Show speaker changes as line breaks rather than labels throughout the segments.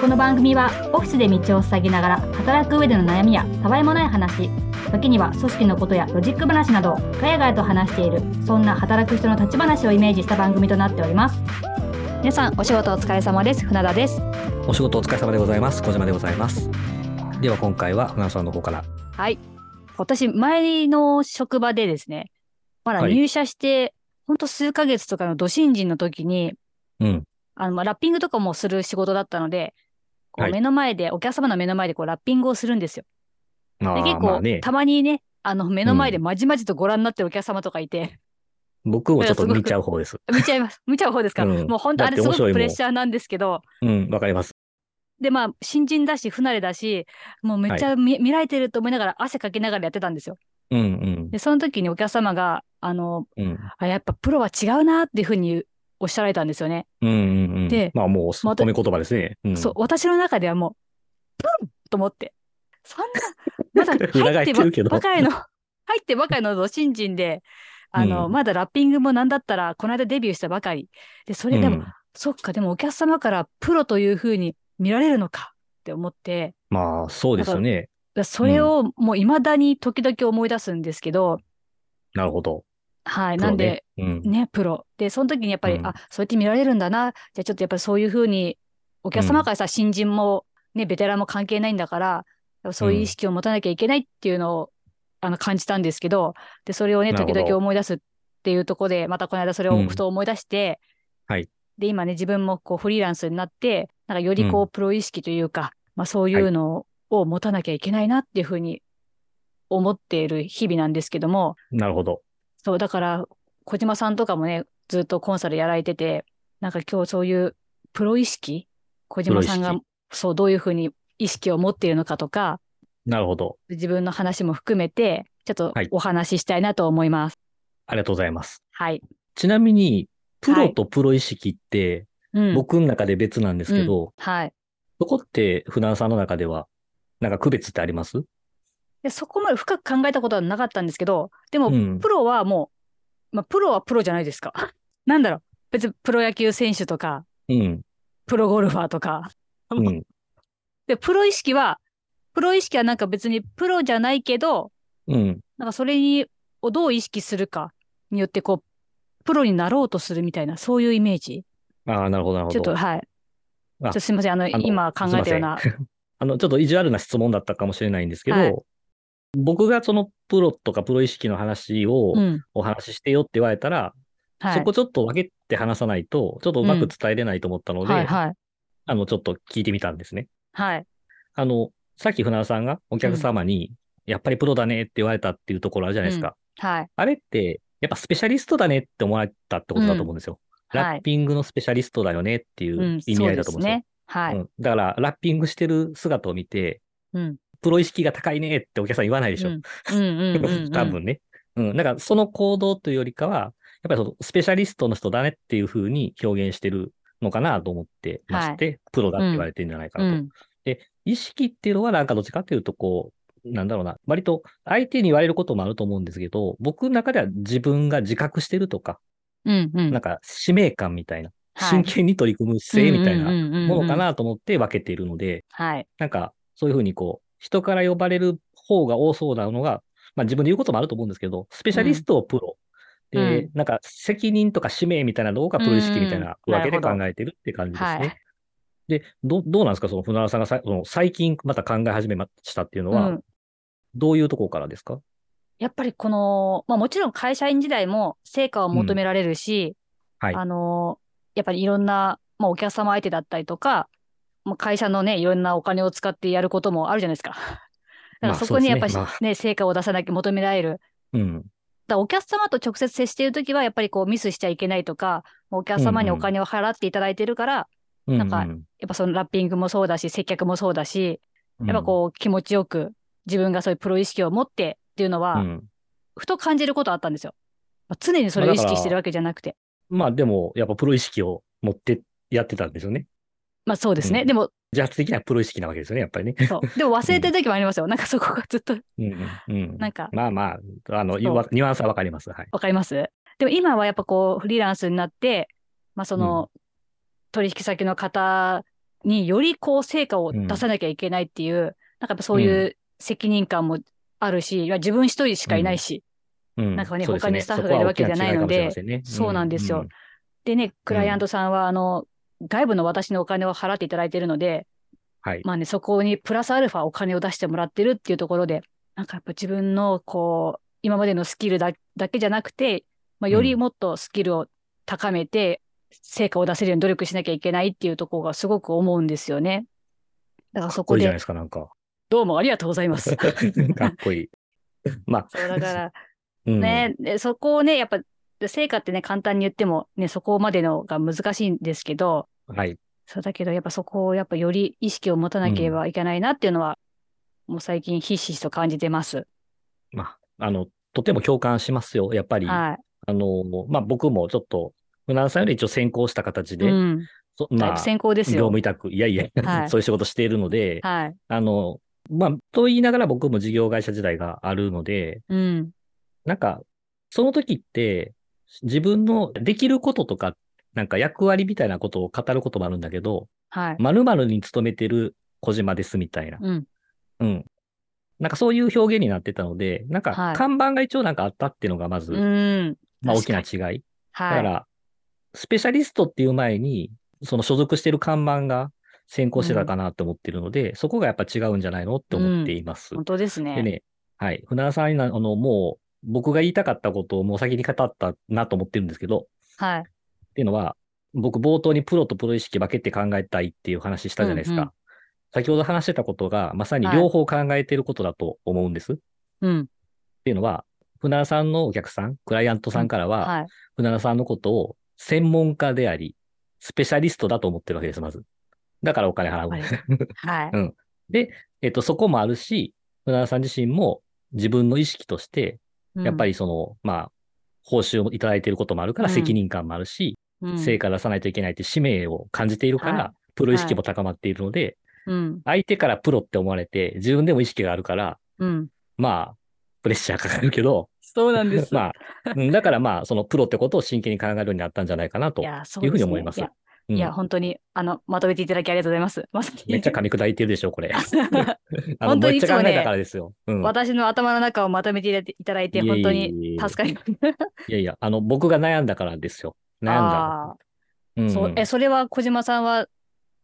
この番組はオフィスで道を塞ぎながら働く上での悩みやたわいもない話時には組織のことやロジック話などをガヤガヤと話しているそんな働く人の立ち話をイメージした番組となっております皆さんお仕事お疲れ様です船田です
お仕事お疲れ様でございます。小島でございます。では今回は船野さんの方から。
はい私前の職場でですねまだ
はい
入社して、ほんと数ヶ月とかのど新人の時に
うん。
あの、まあ、ラッピングとかもする仕事だったので、こう
はい
目の前で、お客様の目の前でこうラッピングをするんですよ。
あ
で、
ー
結
ま
構、
あね、
たまにね、あの、目の前でまじまじとご覧になってるお客様とかいて、
僕もちょっと見ちゃう方です。
見ちゃいます。見ちゃう方ですから、
うん
もう本当あ
だって
れすご
面白
く
いもん
プレッシャーなんですけど、
うん、わかります。
で、まあ、新人だし、不慣れだし、もうめっちゃ見,、見られてると思いながら、汗かきながらやってたんですよ。
うん
で、その時にお客様が、あの、
うん。うん。
あやっぱプロは違うなっていうふうにおっしゃられたんですよね。
うんうんうん。
で
まあもう、
また
褒め言葉ですね。うん、
そう、私の中ではもう、プンと思って、そんな、まだ 入っ
裏返
て
ってるけ
ば
ど
ばかりの、入ってばかりのど新人で、あの、
うん
まだラッピングもなんだったら、この間デビューしたばかり。で、それでも、
うん
そっか、でもお客様からプロというふうに見られるのかって思って、
まあ、そうですよね。
だそれをもう未だに時々思い出すんですけど、
なるほど。
はい、
プロ
なんで、
ねうん。
ね、プロ。で、その時にやっぱり、
うん
あ、そうやって見られるんだな。じゃあちょっとやっぱりそういうふうに、お客様からさ、新人も、ね、ベテランも関係ないんだから、そういう意識を持たなきゃいけないっていうのを、あの、感じたんですけど、で、それをね、
なる
時
ほど
々思い出すっていうところで、またこの間それ
う
を
ん
ふと思い出して、
はい
で、今ね、自分もこう、フリーランスになって、なんかよりこう、プロ意識というか、まあそういうのを持たなきゃいけないなっていうふうに思っている日々なんですけども、
なるほど。
そう、だから、小島さんとかもね、ずっとコンサルやられてて、なんか今日そういうプロ意識、小島さん
プ
が
ロ意、
そう、どういうふうに意識を持っているのかとか、
なるほど。
自分の話も含めて、ちょっと
はい
お話ししたいなと思います。
ありがとうございます。
はい。
ちなみに、プ
は
ロ
い
とプロ意識って、
うん。
僕の中で別なんですけど、
はい。
そこって船野さんの中では、なんか区別ってあります
で、そこまで深く考えたことはなかったんですけど、でも、
うん
プロはもう、まあ、プロはプロじゃないですか。 なんだろう。別にプロ野球選手とか、
うん。
プロゴルファーとか、
うん。
で、プロ意識は、プロ意識はなんか別にプロじゃないけど、
うん。
なんかそれに、をどう意識するかによって、こう、プロになろうとするみたいな、そういうイメージ。
ああ、なるほど、なるほ
ちょっ
ど。
と、はい。ちょっ
あ
とすみません。あの、
の
今考えたような。
あの、ちょっと意地悪な質問だったかもしれないんですけど、
はい
僕がそのプロとかプロ意識の話を
うん。
お話ししてよって言われたら、
は
そ
い。
こちょっと分けて話さないと、ちょっとうまく伝えれないと思ったので、
はい、はい。
あの、ちょっと聞いてみたんですね。
はい。
あの、さっき船田さんがお客様に、やっぱりプロだねって言われたっていうところあるじゃないですか。
はい。
あれって、やっぱスペシャリストだねって思われたってことだと思うんですよ。
は
ラッ
い。。
ピングのスペシャリストだよねっていううん意
そ
味合
うで
いだと思
す
うんですよ。
ね。は
う
い。
ん、だから、ラッピングしてる姿を見て、
うん。
プロ意識が高いねってお客さん言わないでしょ。
うん。うん。うん。うん。
多分ね。うん。だから、その行動というよりかは、やっぱりそのスペシャリストの人だねっていうふうに表現してるのかなと思ってまして、プロだって言われてるんじゃないか
う
なと。
ん。
意識っていうのは、なんかどっちかっていうと、こう、なんだろうな、割と相手に言われることもあると思うんですけど、僕の中では自分が自覚してるとか、
うん。うん。
なんか使命感みたいな、
はい
真剣に取り組む姿勢みたい
うん
な
うんうんうん
ものかなと思って分けているので、
はい。
なんか、そういうふうにこう、人から呼ばれる方が多そうなのが、まあ自分で言うこともあると思うんですけど、スペシャリストをプ
う
ロ。
ん
で、なんか責任とか使命みたいなのがプロ意識みたいな
うん
分けで
なるほど
考えてるって感じですね。
はい
で、ど、どうなんですかその船原さんがさその最近また考え始めましたっていうの
う
は、
ん。
どういうところからですか
やっぱりこの、まあもちろん会社員時代も成果を求められるし、
うんはい
あの、やっぱりいろんな、まあお客様相手だったりとか、もう会社のね、いろんなお金を使ってやることもあるじゃないですか。だから
まあ
そこにやっぱり
そう
ね
ですねま
成果を出さなきゃ求められる。だか
うん。
らお客様と直接接しているときは、やっぱりこうミスしちゃいけないとか、もうお客様にお金を払っていただいてるから、
うん
なんかやっぱそのラッピングもそうだし、接客もそうだし、やっぱこう気持ちよく自分がそういうプロ意識を持ってっていうのは、
うん、うん
ふと感じることあったんですよ。まあ常にそれを意識してるわけじゃなくて。
まあでも、やっぱプロ意識を持ってやってたんですよね。
まあそうですね。
うん
でも、
自発的なプロ意識なわけですよね、やっぱりね。
そう。でも忘れてる時もありますよ。なんかそこがずっと
うんうん。
なんか
まあまあ、あの、
そう
言うわニュアンスはわかります。はい。
わかりますでも今はやっぱこうフリーランスになって、まあその取引先の方によりこう成果を出さなきゃいけないっていう、なんかやっぱそういう責任感もあるし、いや自分一人しかいないし、
うん
なんかね
そうです
他にスタッフがいるわけじゃないので
そこは大き違かもしれませんね
そうなんですよでね、クライアントさんは、あの、外部の私のお金を払っていただいているので、
はい。
まあね、そこにプラスアルファお金を出してもらってるっていうところで、なんかやっぱ自分の、こう、今までのスキルだだけじゃなくて、まあ、よりもっとスキルを高めて、成果を出せるように努力しなきゃいけないっていうところがすごく思うんですよね。だからそ
こ
こ
れじゃない
で、
ですか、なんか。
どうもありがとうございます。
かっこいい。まあ、
そうだから
うん
ね、でそこをね、やっぱ、成果ってね、簡単に言っても、ね、そこまでのが難しいんですけど、
はい。
そうだけど、やっぱそこをやっぱより意識を持たなければいけないなっていうのは、もう最近ひしひしと感じてます。
まあ、あの、とても共感しますよ。やっぱり、あ
は
の、まあ僕もちょっと、船田さんより一応先行した形
い。う
で、
ん。
そ
だい
まあ
ぶ、先行で
業
すよ
務。委託、いやいや、
はい
そういう仕事しているので、
はい。
あの、まあ、と言いながら僕も事業会社時代があるので、
うん。
なんか、その時って、自分のできることとか、なんか役割みたいなことを語ることもあるんだけど、
はい。
〇〇に勤めてる小島ですみたいな。
うん。
うん。なんかそういう表現になってたので、な
は
んか
い
看板が一応なんかあったっていうのがまず、
うん。
まあ大
確
き
か
な
に
違い。だか
はい。
ら、スペシャリストっていう前に、その所属してる看板が先行してたかなと思ってるので、そこがやっぱ違うんじゃないのって思っています。
本当です
で
ね。
ね、はい。船田さんにな、あの、もう、僕が言いたかったことをもう先に語ったなと思ってるんですけど、
はい。
っていうのは、僕冒頭にプロとプロ意識分けて考えたいっていう話したじゃないですか。
うんうん
先ほど話してたことが、まさに
はい
両方考えてることだと思うんです。っ
うん。
ていうのは、船田さんのお客さん、クライアントさんからは、
はい。
船田さんのことを専門家であり、スペシャリストだと思ってるわけです、まず。だからお金払う。
あれ はい。
えっと、そこもあるし、船田さん自身も自分の意識として、やっぱりその、まあ、報酬をいただいていることもあるから
うん
責任感もあるし、
り
成果出さないといけないって使命を感じているから、
は
プロ意識も高まっているので、
うん。
相手からプロって思われて、自分でも意識があるから、
うん。
まあ、プレッシャーかかるけど、
そうなんです。
まあ、うんだからまあ、そのプロってことを真剣に考えるようになったんじゃないかなと
い。や、そう
い
で
うふうに
す
思い
ね
ます。
いや
うん
いや、本当に、あの、まとめていただきありがとうございます。まさに。
めっちゃ噛み砕いてるでしょ、これ。あの
本当
め
に
っ
いつ
ちゃ
も
考
ね
えたからですよ。うん、
私の頭の中をまとめていただいて、本当に
いえいえいえ
助かります。
いやいや、あの、僕が悩んだからですよ。悩んだ。
あー
うんうん
そうえそれは小島さんは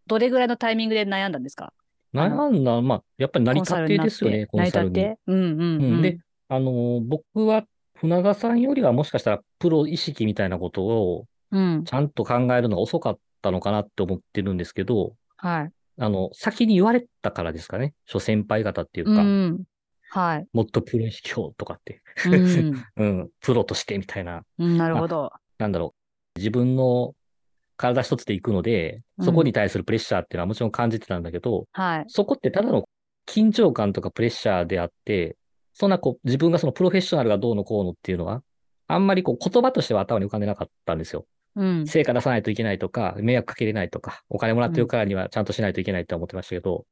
どれぐらいのタイミングで悩んだんですか
悩んだ、まあ、やっぱり成り立ってですよね、コ
コ
ン
ン
サ
サル
ルに
になって成り立って。うんうん、
う
うんん。
であのー僕は船田さんよりはもしかしたらプロ意識みたいなことを
うん。
ちゃんと考えるのが遅かったのかなって思ってるんですけど、
はい。
あの、先に言われたからですかね。諸先輩方っていう
う
か、
ん。はい。
もっとプロ意識をとかって、
うん
うん、プロとしてみたいな、
うん。なるほど。
なんだろう、自分の体一つで行くので、そこに対するプレッシャーっていうのはもちろん感じてたんだけど、
はい。
そこってただの緊張感とかプレッシャーであって、そんなこう、自分がそのプロフェッショナルがどうのこうのっていうのは、あんまりこう言葉としては頭に浮かんでなかったんですよ。
うん。
成果出さないといけないとか、迷惑かけれないとか、お金もらってるからにはちゃんとしないといけないって思ってましたけど、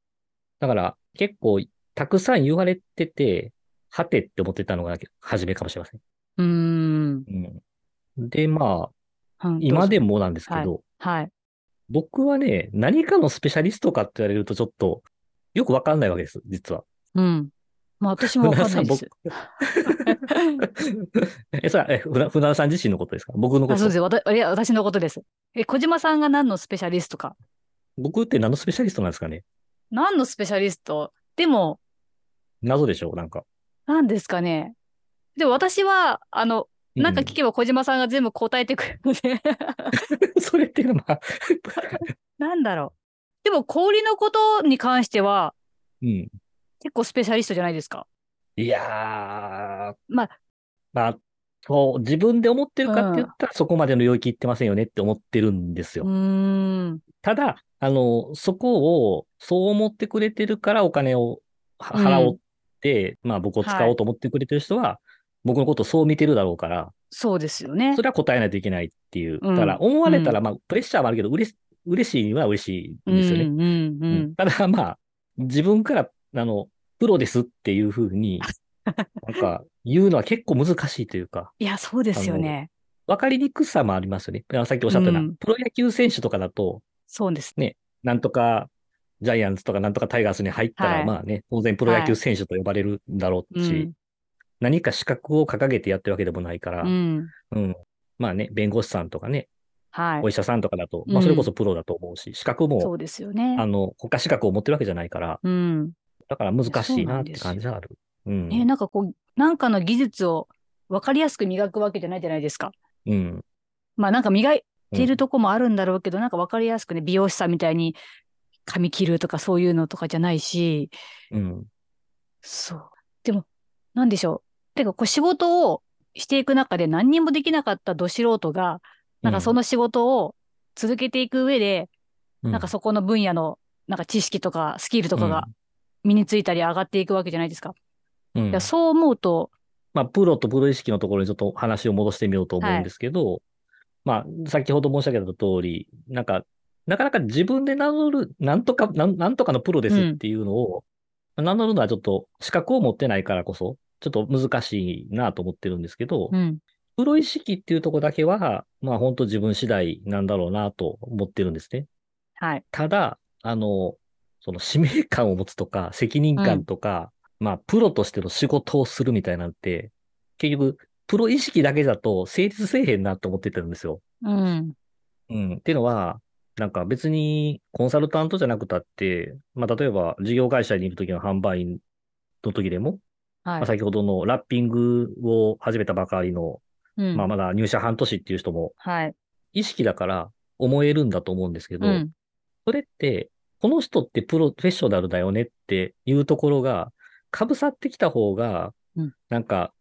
だから結構たくさん言われてて、はてって思ってたのが初めかもしれません。
うん。
うん、で、まあ、
うん
今。でもなんですけど、
はい。
僕はね、何かのスペシャリストかって言われるとちょっとよくわかんないわけです、実は。
うん。まあ私もわかんないです。
え、それは、え、ふな船田さん自身のことですか僕のこ
あそう
と
ですわたいや私のことです。え、小島さんが何のスペシャリストか。
僕って何のスペシャリストなんですかね
何のスペシャリストでも、
謎でしょなんか。
何ですかね。でも私は、あの、なんか聞けば小島さんが全部答えてくれるので、
うん それっていうのは、
なんだろう。でも氷のことに関しては
うん。
結構スペシャリストじゃないですか。
いやー、
まあ、
まあ、そう、自分で思ってるかって言ったら、そこまでの領域行ってませんよねって思ってるんです
う
よ。
ーん。
ただ、あの、そこを、そう思ってくれてるからお金をは払おうって、まあ僕を使おうと思ってくれてる人は、僕のことをそう見てるだろうから、
そうですよね
そ。れは答えないといけないっていう。
うん
だから、思われたら、
う
まあ、プレッシャーもあるけど、うれし、嬉しいには嬉しいんですよね。
うんうんう
うんん。ただ、まあ、自分から、あの、プロですっていうふうに、なんか、言うのは結構難しいというか、
いや、そうですよね。
わかりにくさもありますよね。あのさっきおっしゃったような、
うん
プロ野球選手とかだと、
そうです。
なんとかジャイアンツとかなんとかタイガースに入ったら、
はい
まあね、当然プロ野球選手と呼ばれるだろうし、
うん
何か資格を掲げてやってるわけでもないから、
う
うん
ん。
まあね、弁護士さんとかね、
はい
お。医者さんとかだと、
うん
まあそれこそプロだと思うし、資格
そ
も、
うですよね。
あの、国家資格を持ってるわけじゃないから、
うん。
だから難しい
そうな
なんって
ですよ
感じはある。うん。
ね、なんかこう、なんかの技術を分かりやすく磨くわけじゃないじゃないですか。
うん。
まあなんか磨いてるとこもあるんだろうけど、なんか分かりやすくね、美容師さんみたいに髪切るとかそういうのとかじゃないし、
うん。
そう。でも、なんでしょう。てか、こう仕事をしていく中で何にもできなかったど素人が、なんかその仕事を続けていく上で、
うん、
なんかそこの分野の、なんか知識とかスキルとかが身についたり上がっていくわけじゃないですか。
うん、
いやそう思うと、
まあ、プロとプロ意識のところにちょっと話を戻してみようと思うんですけど、まあ、先ほど申し上げた通り、なんか、なかなか自分で名乗る、なんとか、なんなんとかのプロですっていうのを、名乗るのはちょっと資格を持ってないからこそ、ちょっと難しいなと思ってるんですけど、
うん。
プロ意識っていうところだけは、まあ本当自分次第なんだろうなと思ってるんですね。
はい。
ただ、あの、その使命感を持つとか、責任感とか、まあ、プロとしての仕事をするみたいなんて、結局、プロ意識だけだと成立せえへんなと思ってたんですよ。
うん。
うん。っていうのは、なんか別にコンサルタントじゃなくたって、まあ、例えば事業会社にいる時の販売員の時でも、
は
ま
い
あ。先ほどのラッピングを始めたばかりの、
うん
まあ、まだ入社半年っていう人も、
はい。
意識だから思えるんだと思うんですけど、
うん。
それって、この人ってプロフェッショナルだよねっていうところが、かぶさってきた方が
うん、
なんか、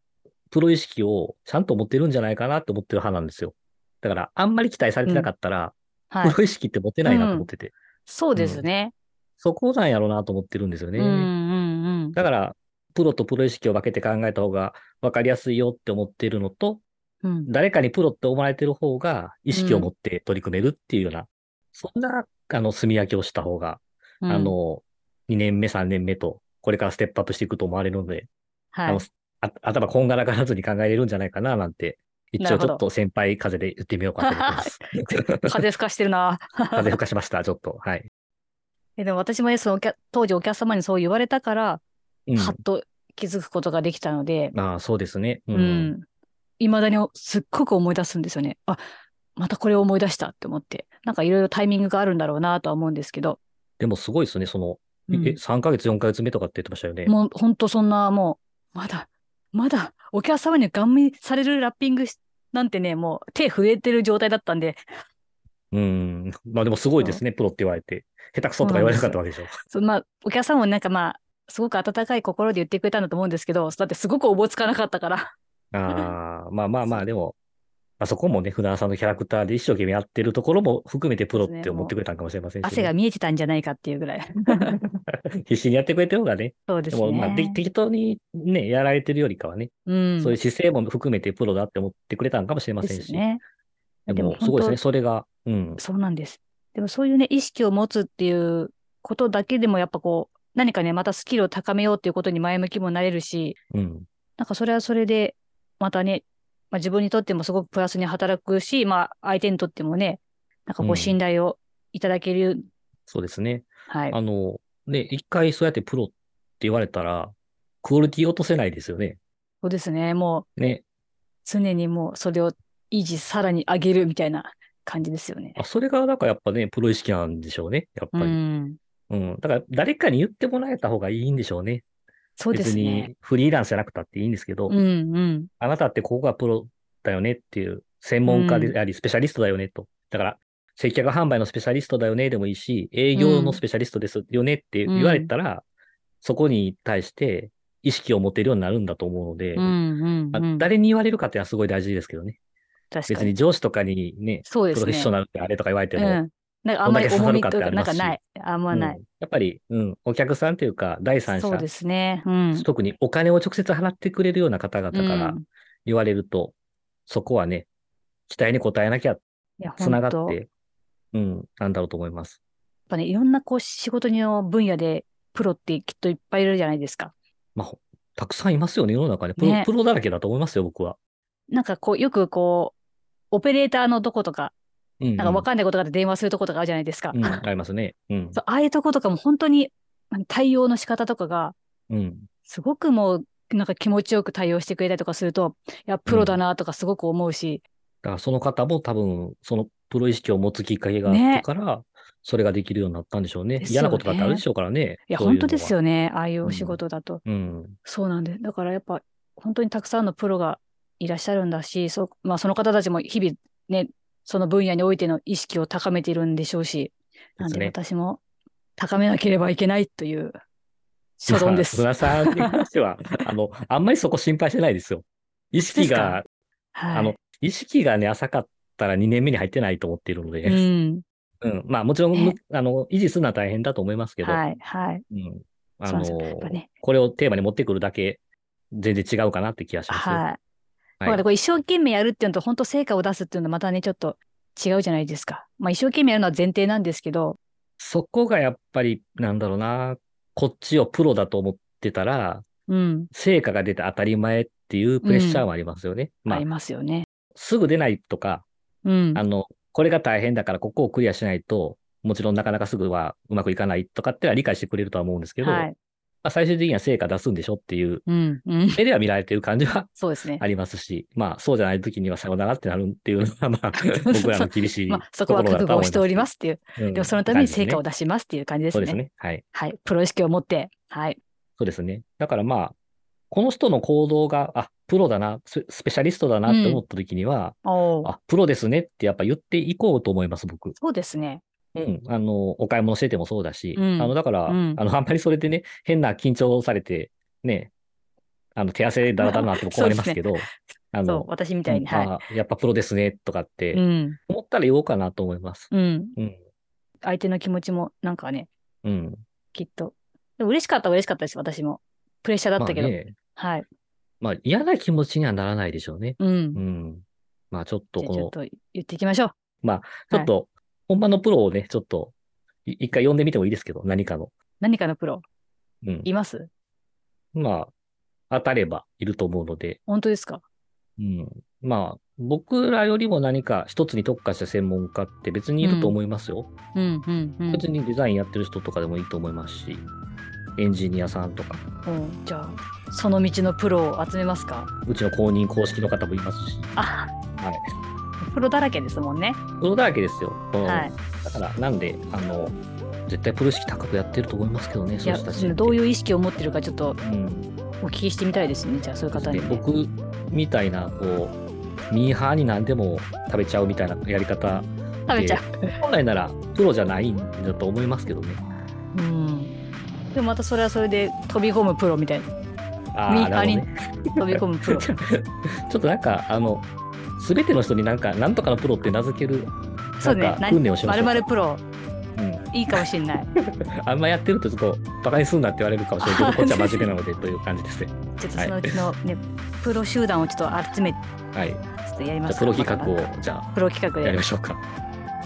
プロ意識をちゃんと持ってるんじゃないかなって思ってる派なんですよ。だから、あんまり期待されてなかったら、
はい
プ。ロ意識って持てないなと思ってて、
そうですね。
そこなんやろうなと思ってるんですよね。
うんうんうん。
だから、プロとプロ意識を分けて考えた方が分かりやすいよって思ってるのと、
うん
誰かにプロって思われてる方が意識を持って取り組めるっていうような、そんな、あの、住み分けをした方が
うん
あ、の、2年目、3年目と、これからステップアップしていくと思われるので、
は
あ
い
の、あ頭こんがらがらずに考えれるんじゃないかな、なんて、一
な
応
るほ
ち
ど
ょっと先輩風で言ってみようかと思ってます。
風吹かしてるな。
風吹かしました、ちょっと。はい。
えでも私もねそのお客当時お客様にそう言われたから、
うん、
はっと気づくことができたので、
まあ、そうですね。う。
うんん。いまだにすっごく思い出すんですよね。あ、またこれを思い出したって思って。なんかいろいろタイミングがあるんだろうなとは思うんですけど、
でも、すごいですね。その、
うん
え、3ヶ月、4ヶ月目とかって言ってましたよね。
もう本当そんなもう、まだ、まだお客様にガン見されるラッピングしなんてね、もう手震えてる状態だったんで、
うん。まあ、でも、すごいですね。プロって言われて。下手くそとか言われなかったわけでしょ。
そまあ、お客さんもなんかまあ、すごく温かい心で言ってくれたんだと思うんですけど、だってすごくおぼつかなかったから。
ああ、まあまあまあ、でも、まあ、そこもね、船田さんのキャラクターで一生懸命やってるところも含めてプロって思ってくれたんかもしれませんしね、
汗が見えてたんじゃないかっていうぐらい。
必死にやってくれてる方がね、
そうで
ですも、まあ、で
ね。
適当にね、やられてるよりかはね、
うん。
そういう姿勢も含めてプロだって思ってくれたのかもしれま
で
せん
す
し、
ね。
で
でも
も、
本
すごいです
当
ね、それが、うん、
そうなんです。でもそういうね、意識を持つっていうことだけでもやっぱこう、何かね、またスキルを高めようっていうことに前向きもなれるし、
うん、
なんかそれはそれで、またね、まあ、自分にとってもすごくプラスに働くし、まあ相手にとってもね、なんか
う
こ
ん
う信頼をいただける。
そうですね。
はい。
あの、ね、一回そうやってプロって言われたら、クオリティ落とせないですよね。
そうですね。もう
ね、
常にもうそれを維持、さらに上げるみたいな感じですよね
あ。それがなんかやっぱね、プロ意識なんでしょうね、やっぱ
う
り。
ん。
うん、だから、誰かに言ってもらえた方がいいんでしょうね。
そうです
別
ね。
にフリーランスじゃなくたっていいんですけど、
うんうん。
あなたってここがプロだよねっていう、専門家であり、スペシャリストだよねと。だから、接客販売のスペシャリストだよねでもいいし、営業のスペシャリストですよねって言われたら、そこに対して意識を持てるようになるんだと思うので、
うんうん、
まあ
うん。
誰に言われるかっていうのはすごい大事ですけどね。
確か
別に
に。
上司とかにね、
そう
プ
です
ロフェッ
ね
シ。ョナルってあれとか言われても、
うん。なんかあんまり
どんだけ刺さ
重
る
み
かっ
と
て
いうか、
あり
なん
ま
か
すし
ない。あんまない。
うんやっぱり、うん、お客さんというか、第三者、
そうですね。うん。
特にお金を直接払ってくれるような方々から
うん
言われると、そこはね、期待に応えなきゃ
いや、
つながっ、
本当やって
うん、なんだろうと思います。
ぱね、いろんなこう仕事の分野でプロってきっといっぱいいるじゃないですか。
まあ、ほたくさんいますよね、世の中ね。プロ,、
ね
プロだらけだと思いますよ、僕は。
なんかこう、よくこう、オペレーターのどことか、
うん。
なんか分かんないことがあって電話するとことかあるじゃないですか。
うん、ありますね。うん。
そうああいうとことかも本当に対応の仕方とかが、
うん。
すごくもう、なんか気持ちよく対応してくれたりとかすると、いや、プロだなとかすごく思うし、
だからその方も多分、そのプロ意識を持つきっかけがあった
ね
から、それができるようになったんでしょうね。
ですよね
嫌なことだってあるでしょうからね。
いや、
そうう
本
のは
当ですよね。ああいうお仕事だと。
うん。
そうなんです。だからやっぱ、本当にたくさんのプロがいらっしゃるんだし、そうまあ、その方たちも日々ね、その分野においての意識を高めているんでしょうし、なん
です
で
ね
私も高めなければいけないという所存です。
まあ菅さんに関しては、あの、あんまりそこ心配してないですよ。意識が、
はい、
あの、意識がね、浅かったら2年目に入ってないと思っているので、
う
うん、
ん。
まあもちろん、
ね
あの、維持するのは大変だと思いますけど、
はい、はい。
うん。あ
そうなん
の
ですよやっぱね
これをテーマに持ってくるだけ、全然違うかなって気がします。
はい。
は
だからこう一生懸命やるっていうのと、本当成果を出すっていうのはまたね、ちょっと違うじゃないですか。まあ一生懸命やるのは前提なんですけど、
そこがやっぱり、なんだろうな、こっちをプロだと思ってたら、
うん、
成果が出て当たり前っていうプレッシャーもありますよね。ま
あ
あ
り、ますよね。
すぐ出ないとか、
うん
あ。の、これが大変だからここをクリアしないと、もちろんなかなかすぐはうまくいかないとかってのは理解してくれるとは思うんですけど、
はい。
まあ、最終的には成果出すんでしょっていう
うん、うん。
目では見られてる感じは
そうですね
あ。りますし、まあそうじゃない時にはさよならってなるっていうのは、まあ僕らの厳しい
まあ、そこは覚悟をしておりますっていう。
うん。
でも、そのために成果を
出
出しますっていう感じですす
ね。そう
ね。
ですね。はい。
はい。プロ意識を持って。はい。
そうですね。だからまあ、この人の行動が、あ、プロだな、ススペシャリストだなって思った時には、
おお。
あ、プロですねってやっぱ言っていこうと思います、僕。
そうですね。
うん。あの、お買い物しててもそうだし、
うん
あの、だから、
うん
あの、あんまりそれでね、変な緊張されて、ね、あの、手汗だらだらなっても困りますけど、あ
そう
の、、
私みたいに。はい。
あやっぱプロですね、とかっ
う
て
ん。
思ったら言おうかなと思います。
うん。
うん。
相手の気持ちも、なんかね、
うん。
きっと。でも嬉しかったは嬉しかったです、私も。プレッシャーだったけど。
まあね、
はい。
まあ嫌な気持ちにはならないでしょうね。
うん
う。ん。まあちょっと
じゃあ
こ
ち
の
ょっと言っていきましょう。
ちょっと、本場のプロをね、ちょっと、い一回呼んでみてもいいですけど、何かの。
何かのプロ、
うん。
います
まあ、当たればいると思うので、
本当ですか
うん。まあ、僕らよりも何か一つに特化した専門家って別にいると思いますよ。
うんうんうん。
別にデザインやってる人とかでもいいと思いますし、エンジニアさんとか、
うんじゃあ、その道のプロを集めますか
うちの公認公式の方もいますし、
あ
はい。
プロだらけですもんね。
プロだらけですよ。この
はい。
だから、なんで、あの、絶対プロ意識高くやってると思いますけどね、
い
そうい
や、
う人たち。
どういう意識を持ってるかちょっと
うん。
お聞きしてみたいですね。じゃあ、そういう方に、ね。
僕みたいなこうミーハーに何でも食べちゃうみたいなやり方で
食べちゃ
本来ならプロじゃないんだと思いますけどね
う。うん。でもまたそれはそれで飛び込むプロみたいな。
あ
ミ
ー
ーハーに
なるほどね
飛び込むプロ。
ちょっとなんかあの全ての人になんか何とかのプロって名付ける
そう
な
ね
ん。か
何
訓練をし
ま
ましょ
る
う
まるプロ、
うん、
いいかもしれ ない。
あんまやってるとちょっとバカにすんなって言われるかもしれないけどこっちは真面目な のでという感じですね
ちょっとそのうちのね、プロ集団をちょっと集めて、
はいじ
ちょっとやり
ゃ
ま
あ
す
プ
か
ロ企画をじゃあ
プロ企画
やり
で
ましょうか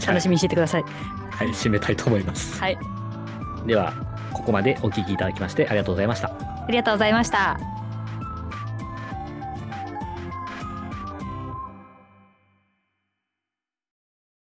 楽しみにしててください。
はい締めたいと思います
はい。
ではここまでお聞きいただきましてありがとうございました
ありがとうございました。